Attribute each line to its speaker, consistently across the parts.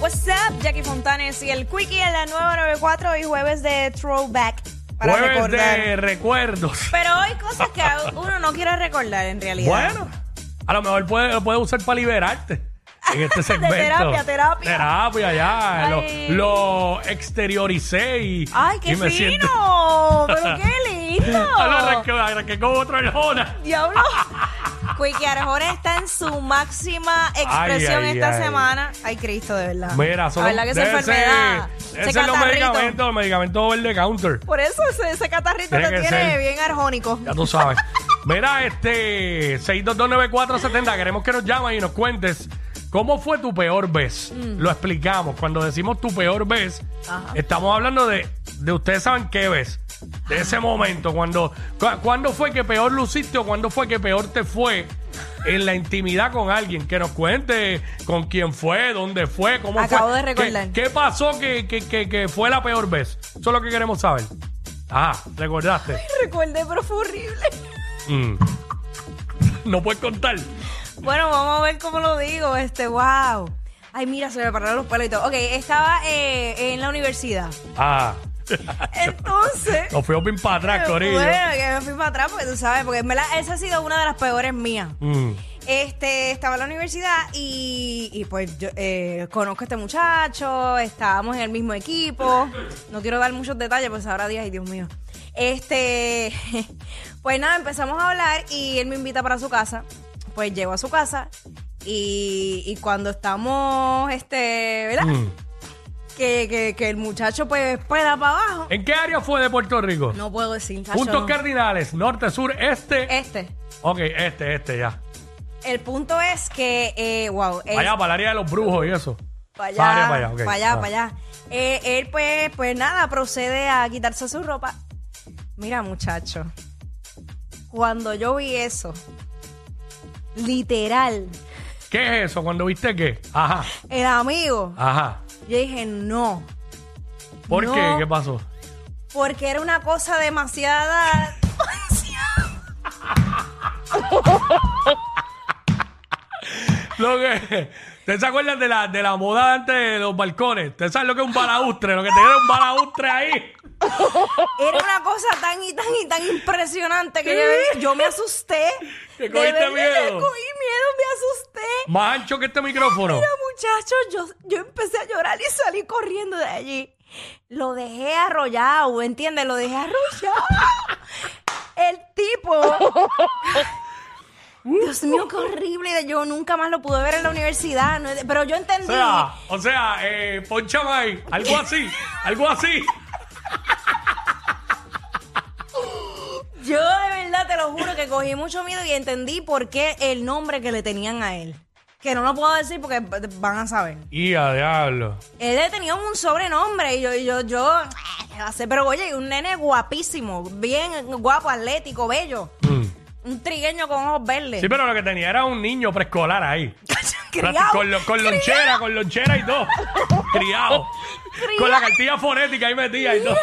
Speaker 1: What's up, Jackie Fontanes y el Quickie en la nueva 94 hoy jueves de Throwback para
Speaker 2: Jueves
Speaker 1: recordar.
Speaker 2: de recuerdos.
Speaker 1: Pero hoy cosas que uno no quiere recordar en realidad.
Speaker 2: Bueno, a lo mejor puede, lo puede usar para liberarte. En este segmento.
Speaker 1: terapia, terapia.
Speaker 2: Terapia, ya. Lo,
Speaker 1: Ay.
Speaker 2: lo exterioricé y.
Speaker 1: ¡Ay, qué
Speaker 2: y me
Speaker 1: fino!
Speaker 2: siento-
Speaker 1: ¡Pero qué lindo!
Speaker 2: Ahora arranqué, arranqué con otra orejona.
Speaker 1: ¡Diablo! Quickie Arjona está en su máxima
Speaker 2: Ay,
Speaker 1: expresión
Speaker 2: ay,
Speaker 1: esta
Speaker 2: ay.
Speaker 1: semana. Ay, Cristo, de verdad.
Speaker 2: Mira,
Speaker 1: La
Speaker 2: solo.
Speaker 1: verdad que esa
Speaker 2: debe ser-
Speaker 1: enfermedad.
Speaker 2: debe
Speaker 1: Ese
Speaker 2: ser los
Speaker 1: catarrito.
Speaker 2: medicamentos, el medicamento verde counter.
Speaker 1: Por eso ese, ese catarrito
Speaker 2: Tiene
Speaker 1: te
Speaker 2: que
Speaker 1: tiene
Speaker 2: ser.
Speaker 1: bien arjónico.
Speaker 2: Ya tú sabes. Mira, este 6229470, queremos que nos llames y nos cuentes cómo fue tu peor vez. Lo explicamos. Cuando decimos tu peor vez,
Speaker 1: Mm. Ajá.
Speaker 2: estamos hablando de, de ustedes saben qué vez. De ese momento, cuando, cu- cuándo fue que peor luciste o cuándo fue que peor te fue en la intimidad con alguien. Que nos cuente con quién fue, dónde fue, cómo
Speaker 1: Acabo
Speaker 2: fue.
Speaker 1: de recordar.
Speaker 2: ¿Qué, qué pasó que, que- que- que fue la peor vez? Eso es lo que queremos saber. Ah, recordaste.
Speaker 1: Recuerde, pero fue horrible.
Speaker 2: Mm. No puedes contar.
Speaker 1: Bueno, vamos a ver cómo lo digo. Este, wow. Ay, mira, se me pararon los pelos y todo. Ok, estaba eh, en la universidad.
Speaker 2: Ah.
Speaker 1: Entonces.
Speaker 2: Nos fuimos bien para atrás, Corillo.
Speaker 1: bueno, que me fui para atrás porque tú sabes, porque en verdad esa ha sido una de las peores mías.
Speaker 2: Mm.
Speaker 1: Este, estaba en la universidad y, y pues yo eh, conozco a este muchacho, estábamos en el mismo equipo. No quiero dar muchos detalles, pues ahora días, ay Dios mío. Este, pues nada, empezamos a hablar y él me invita para su casa. Pues llego a su casa y, y cuando estamos, este, ¿verdad?
Speaker 2: Mm.
Speaker 1: Que, que- que el muchacho pues peda para abajo.
Speaker 2: ¿En qué área fue de Puerto Rico?
Speaker 1: No puedo decir, chacho,
Speaker 2: Puntos
Speaker 1: no.
Speaker 2: cardinales, norte, sur, este.
Speaker 1: Este.
Speaker 2: Ok, este, este, ya.
Speaker 1: El punto es que, eh, wow. es-
Speaker 2: Allá, para el área de los brujos y eso.
Speaker 1: Para allá,
Speaker 2: Esa área
Speaker 1: para allá,
Speaker 2: ok.
Speaker 1: para allá.
Speaker 2: Ah.
Speaker 1: Eh, él, pues, pues nada, procede a quitarse su ropa. Mira, muchacho, cuando yo vi eso, literal,
Speaker 2: ¿Qué es eso? ¿Cuando viste qué? Ajá,
Speaker 1: el amigo,
Speaker 2: ajá.
Speaker 1: yo dije no,
Speaker 2: ¿Por
Speaker 1: No.
Speaker 2: qué? ¿Qué pasó?
Speaker 1: porque era una cosa demasiada.
Speaker 2: Lo que. ¿Ustedes se acuerdan de la, de la moda de antes de los balcones? ¿Ustedes saben lo que es un balaustre? Lo que tenía era un balaustre ahí.
Speaker 1: Era una cosa tan y tan y tan impresionante que yo, yo me asusté.
Speaker 2: Que
Speaker 1: De
Speaker 2: cogiste
Speaker 1: verdad que
Speaker 2: miedo.
Speaker 1: cogí miedo, me asusté.
Speaker 2: Más ancho que este micrófono.
Speaker 1: Mira, muchachos, yo, yo empecé a llorar y salí corriendo de allí. Lo dejé arrollado, ¿entiendes? Lo dejé arrollado. El tipo. Dios mío, qué horrible. Yo nunca más lo pude ver en la universidad. no es- Pero yo
Speaker 2: O
Speaker 1: entendí.
Speaker 2: sea, o sea, eh, ponchame ahí, algo así, algo así.
Speaker 1: Yo de verdad te lo juro que cogí mucho miedo y entendí por qué el nombre que le tenían a él. Que no lo puedo decir porque van a saber.
Speaker 2: Y a diablo.
Speaker 1: Él le tenía un sobrenombre y yo, y yo, yo, ¿qué va a hacer? pero oye, un nene guapísimo, bien guapo, atlético, bello.
Speaker 2: Mm.
Speaker 1: Un trigueño con ojos verdes.
Speaker 2: Sí, pero lo que tenía era un niño preescolar ahí.
Speaker 1: Criado,
Speaker 2: Con, lo- con lonchera, con lonchera y todo. Criado.
Speaker 1: Criado.
Speaker 2: Con la cartilla fonética ahí metida y todo.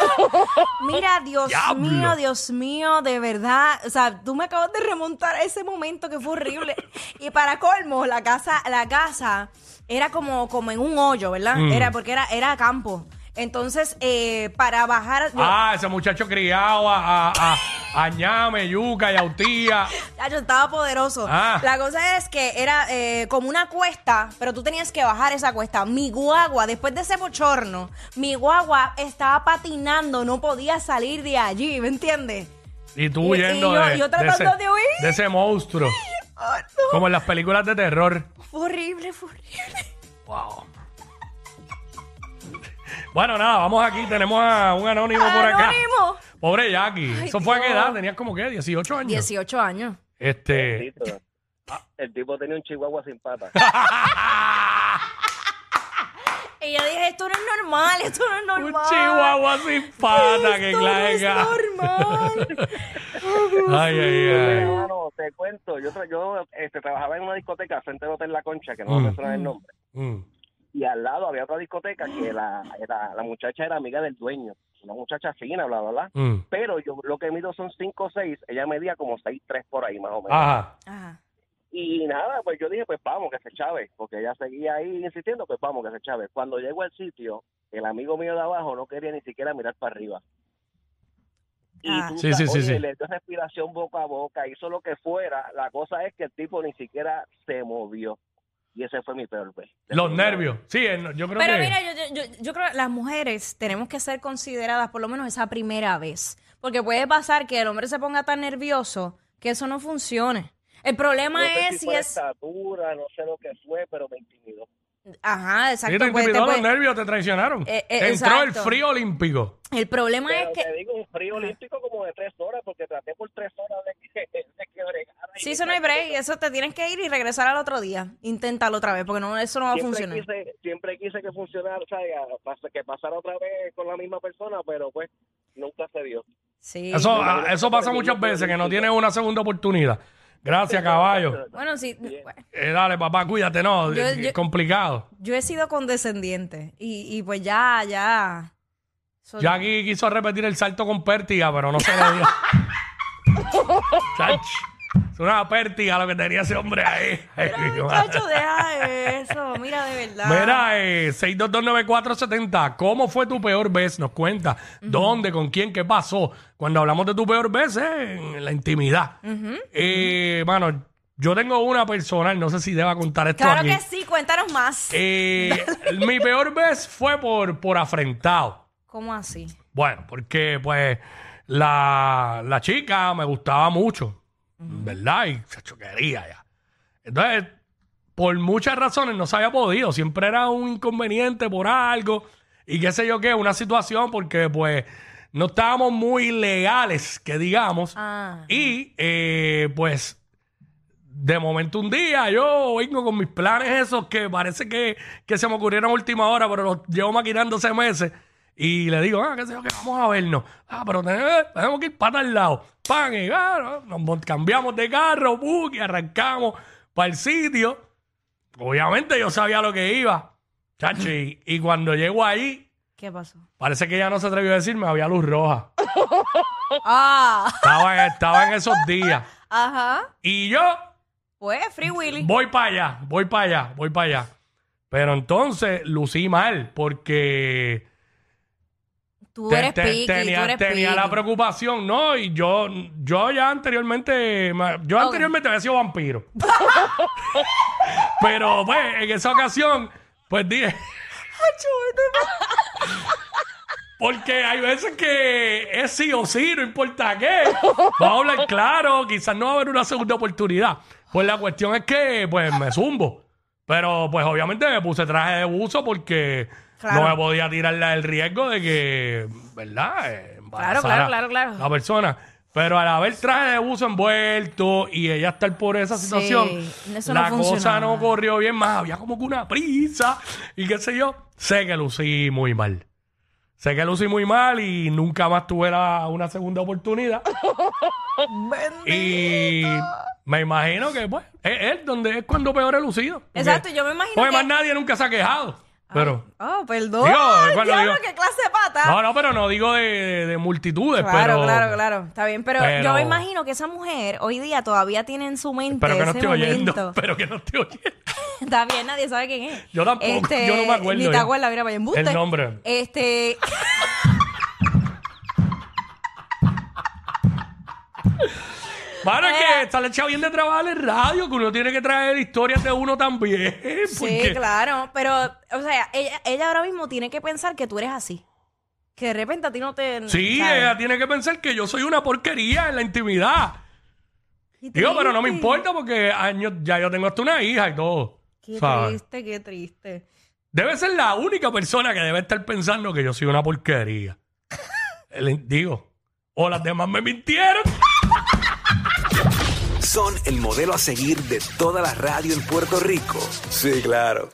Speaker 1: Mira, Dios
Speaker 2: Diablo.
Speaker 1: mío, Dios mío, de verdad. O sea, tú me acabas de remontar a ese momento que fue horrible. y para colmo, la casa, la casa era como, como en un hoyo, ¿verdad?
Speaker 2: Mm.
Speaker 1: Era porque era, era campo. Entonces, eh, para bajar, yo,
Speaker 2: Ah, ese muchacho criado a, a, a- a ñame, yuca y autía.
Speaker 1: Ya, yo estaba poderoso.
Speaker 2: Ah.
Speaker 1: La cosa es que era eh, como una cuesta, pero tú tenías que bajar esa cuesta. Mi guagua, después de ese bochorno, mi guagua estaba patinando, no podía salir de allí, ¿me entiendes?
Speaker 2: Y tú
Speaker 1: Y- y
Speaker 2: huyendo
Speaker 1: yo-
Speaker 2: de,
Speaker 1: yo tratando
Speaker 2: ese,
Speaker 1: de huir.
Speaker 2: de ese monstruo.
Speaker 1: Ay, no.
Speaker 2: Como en las películas de terror.
Speaker 1: Fue horrible, fue horrible.
Speaker 2: Wow. Bueno, nada, vamos aquí. Tenemos a un anónimo, por acá.
Speaker 1: Anónimo.
Speaker 2: Pobre Jackie. Eso fue a qué
Speaker 1: Dios.
Speaker 2: edad? Tenías como que 18 años.
Speaker 1: 18 años.
Speaker 2: Este.
Speaker 3: Listo. El tipo tenía un chihuahua sin patas.
Speaker 1: Y yo dije, esto no es normal, esto no es
Speaker 2: un
Speaker 1: normal.
Speaker 2: chihuahua sin pata, que
Speaker 1: Esto no es
Speaker 2: claga.
Speaker 1: normal.
Speaker 2: Ay, ay, ay.
Speaker 3: Hermano, te cuento, yo, tra- yo este, trabajaba en una discoteca frente al Hotel La Concha, que no voy a
Speaker 2: Mm.
Speaker 3: mencionar el nombre.
Speaker 2: Mm.
Speaker 3: Y al lado había otra discoteca que la, la, la muchacha era amiga del dueño. Una muchacha fina, bla, bla, bla.
Speaker 2: Mm.
Speaker 3: Pero yo lo que mido son 5 o 6, ella medía como 6, 3 por ahí más o menos.
Speaker 2: Ajá.
Speaker 1: Ajá.
Speaker 3: Y nada, pues yo dije, pues vamos, que se chave, porque ella seguía ahí insistiendo, pues vamos, que se chave. Cuando llego al sitio, el amigo mío de abajo no quería ni siquiera mirar para arriba. Y
Speaker 1: Ah.
Speaker 3: tú
Speaker 2: Sí, sí,
Speaker 3: sa-
Speaker 2: sí,
Speaker 3: oye,
Speaker 2: sí.
Speaker 3: le dio respiración boca a boca, hizo lo que fuera. La cosa es que el tipo ni siquiera se movió. Y ese fue mi peor vez.
Speaker 2: Los nervios. Sí, eh, no, yo creo
Speaker 1: Pero
Speaker 2: que.
Speaker 1: mira, yo, yo, yo- yo creo que las mujeres tenemos que ser consideradas por lo menos esa primera vez. Porque puede pasar que el hombre se ponga tan nervioso que eso no funcione. El problema
Speaker 3: No sé si
Speaker 1: es si
Speaker 3: fue la
Speaker 1: es.
Speaker 3: estatura, no sé lo que fue, pero me intimidó.
Speaker 1: Ajá,
Speaker 2: Sí,
Speaker 1: exacto.
Speaker 2: te
Speaker 1: puede- te
Speaker 2: intimidó los
Speaker 1: puede-
Speaker 2: nervios, te traicionaron.
Speaker 1: Eh, eh,
Speaker 2: Entró el
Speaker 1: exacto.
Speaker 2: frío olímpico.
Speaker 1: pues, el problema
Speaker 3: Pero
Speaker 1: es que. Ah.
Speaker 3: te digo, un frío olímpico como de tres horas, porque traté por tres horas de que, de que bregara. y
Speaker 1: Sí, eso no hay break. Eso te tienes que ir y regresar al otro día. Inténtalo otra vez, porque no, eso no va a
Speaker 3: Siempre
Speaker 1: funcionar.
Speaker 3: quise, siempre quise que funcionara, o sea, pas- que pasara otra vez con la misma persona, pero pues nunca se dio.
Speaker 1: Sí.
Speaker 2: Eso,
Speaker 3: no,
Speaker 2: ah,
Speaker 3: no,
Speaker 2: eso
Speaker 3: no,
Speaker 2: pasa
Speaker 3: no,
Speaker 2: muchas
Speaker 3: no,
Speaker 2: veces,
Speaker 3: no,
Speaker 2: que no
Speaker 3: no,
Speaker 2: tienes una segunda oportunidad. Gracias, caballo.
Speaker 1: Bueno, sí. bueno,
Speaker 2: Eh, dale, papá, cuídate, no.
Speaker 1: Yo-
Speaker 2: es
Speaker 1: yo-
Speaker 2: complicado.
Speaker 1: yo he sido condescendiente. Y, y pues ya, ya. Eso-
Speaker 2: Jackie quiso repetir el salto con pértiga, pero no se lo dio. Chach, es una pértiga lo que tenía ese hombre ahí.
Speaker 1: Muchacho, deja eso. Mira, de verdad.
Speaker 2: Mira, eh, 6229470, ¿cómo fue tu peor vez? Nos cuenta. ¿Dónde? ¿Con quién? ¿Qué pasó? Cuando hablamos de tu peor vez, eh, en la intimidad. Eh, Mano, yo tengo una personal, no sé si deba contar esto
Speaker 1: Claro
Speaker 2: aquí.
Speaker 1: que sí, cuéntanos más.
Speaker 2: Eh, mi peor vez fue por, por afrentado.
Speaker 1: ¿Cómo así?
Speaker 2: Bueno, porque pues la, la chica me gustaba mucho, ¿verdad? Y se choquería ya. Entonces, por muchas razones no se había podido. Siempre era un inconveniente por algo y qué sé yo qué, una situación porque pues no estábamos muy legales, que digamos.
Speaker 1: Ah.
Speaker 2: Y eh, pues de momento un día yo vengo con mis planes esos que parece que, que se me ocurrieron a última hora, pero los llevo maquinando hace meses. Y le digo, ah, qué sé yo, que vamos a vernos. Ah, pero tenemos, tenemos que ir para tal lado. Pan, y ah, no, nos mont- cambiamos de carro, buque, arrancamos para el sitio. Obviamente yo sabía lo que iba. Chacho, y, y cuando llego ahí,
Speaker 1: ¿Qué pasó?
Speaker 2: parece que ya no se atrevió a decirme, había luz roja. Oh.
Speaker 1: Ah,
Speaker 2: Estaba, estaba en esos días.
Speaker 1: ajá.
Speaker 2: Y yo
Speaker 1: Pues Free Willy.
Speaker 2: Voy para allá, voy para allá, voy para allá. Pero entonces lucí mal porque
Speaker 1: Tú
Speaker 2: te-
Speaker 1: eres
Speaker 2: te-
Speaker 1: piqui,
Speaker 2: tenía,
Speaker 1: tú eres
Speaker 2: tenía
Speaker 1: piqui.
Speaker 2: la preocupación, ¿no? Y yo, yo ya anteriormente, ma- yo
Speaker 1: Ok.
Speaker 2: anteriormente había sido vampiro. Pero pues en esa ocasión, pues dije... Porque hay veces que es sí o sí, no importa qué. Vamos a hablar claro, quizás no va a haber una segunda oportunidad. Pues la cuestión es que, pues, me zumbo. Pero, pues, obviamente me puse traje de buzo porque
Speaker 1: Claro.
Speaker 2: no me podía tirar la- el riesgo de que, ¿verdad? Eh, embarazara
Speaker 1: claro, claro, claro.
Speaker 2: La persona. Pero al haber traje de buzo envuelto y ella estar por esa situación,
Speaker 1: eso no
Speaker 2: la cosa
Speaker 1: funcionaba.
Speaker 2: no corrió bien más. Había como que una prisa y qué sé yo. Sé que lucí muy mal. Sé que lucí muy mal y nunca más tuve la- una segunda oportunidad. y me imagino que, pues, es, es donde es cuando peor he lucido. Porque-
Speaker 1: Exacto, yo me imagino
Speaker 2: Porque
Speaker 1: que-
Speaker 2: más nadie nunca se ha quejado. Pero.
Speaker 1: Oh, perdón.
Speaker 2: Digo,
Speaker 1: Ay,
Speaker 2: bueno,
Speaker 1: diablo,
Speaker 2: digo-
Speaker 1: qué clase de pata.
Speaker 2: No, no, pero no digo de, de- de multitudes,
Speaker 1: claro,
Speaker 2: pero.
Speaker 1: claro, claro. Está bien, pero,
Speaker 2: pero-
Speaker 1: yo me imagino que esa mujer hoy día todavía tiene en su mente
Speaker 2: Pero que no
Speaker 1: ese
Speaker 2: estoy oyendo.
Speaker 1: momento.
Speaker 2: Pero que no estoy oyendo.
Speaker 1: Está bien, nadie sabe quién es. Este,
Speaker 2: Yo tampoco, yo no me acuerdo
Speaker 1: Ni te
Speaker 2: ya.
Speaker 1: acuerdas, mira, vaya embuste.
Speaker 2: El nombre.
Speaker 1: Este.
Speaker 2: Mano, es
Speaker 1: Mira.
Speaker 2: que está la chava bien de trabajar en radio, que uno tiene que traer historias de uno también.
Speaker 1: Sí,
Speaker 2: porque-
Speaker 1: claro, pero, o sea, ella, ella ahora mismo tiene que pensar que tú eres así. Que de repente a ti no te.
Speaker 2: Sí,
Speaker 1: ¿sabes?
Speaker 2: ella tiene que pensar que yo soy una porquería en la intimidad.
Speaker 1: Qué
Speaker 2: Digo, pero no me
Speaker 1: triste.
Speaker 2: importa porque años, ya yo tengo hasta una hija y todo.
Speaker 1: Qué
Speaker 2: ¿sabes?
Speaker 1: triste, qué triste.
Speaker 2: Debe ser la única persona que debe estar pensando que yo soy una porquería. Le- Digo, o las demás me mintieron.
Speaker 4: Son el modelo a seguir de toda la radio en Puerto Rico. Sí, claro.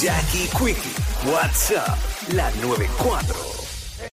Speaker 4: Jackie Quickie, WhatsApp, la 94.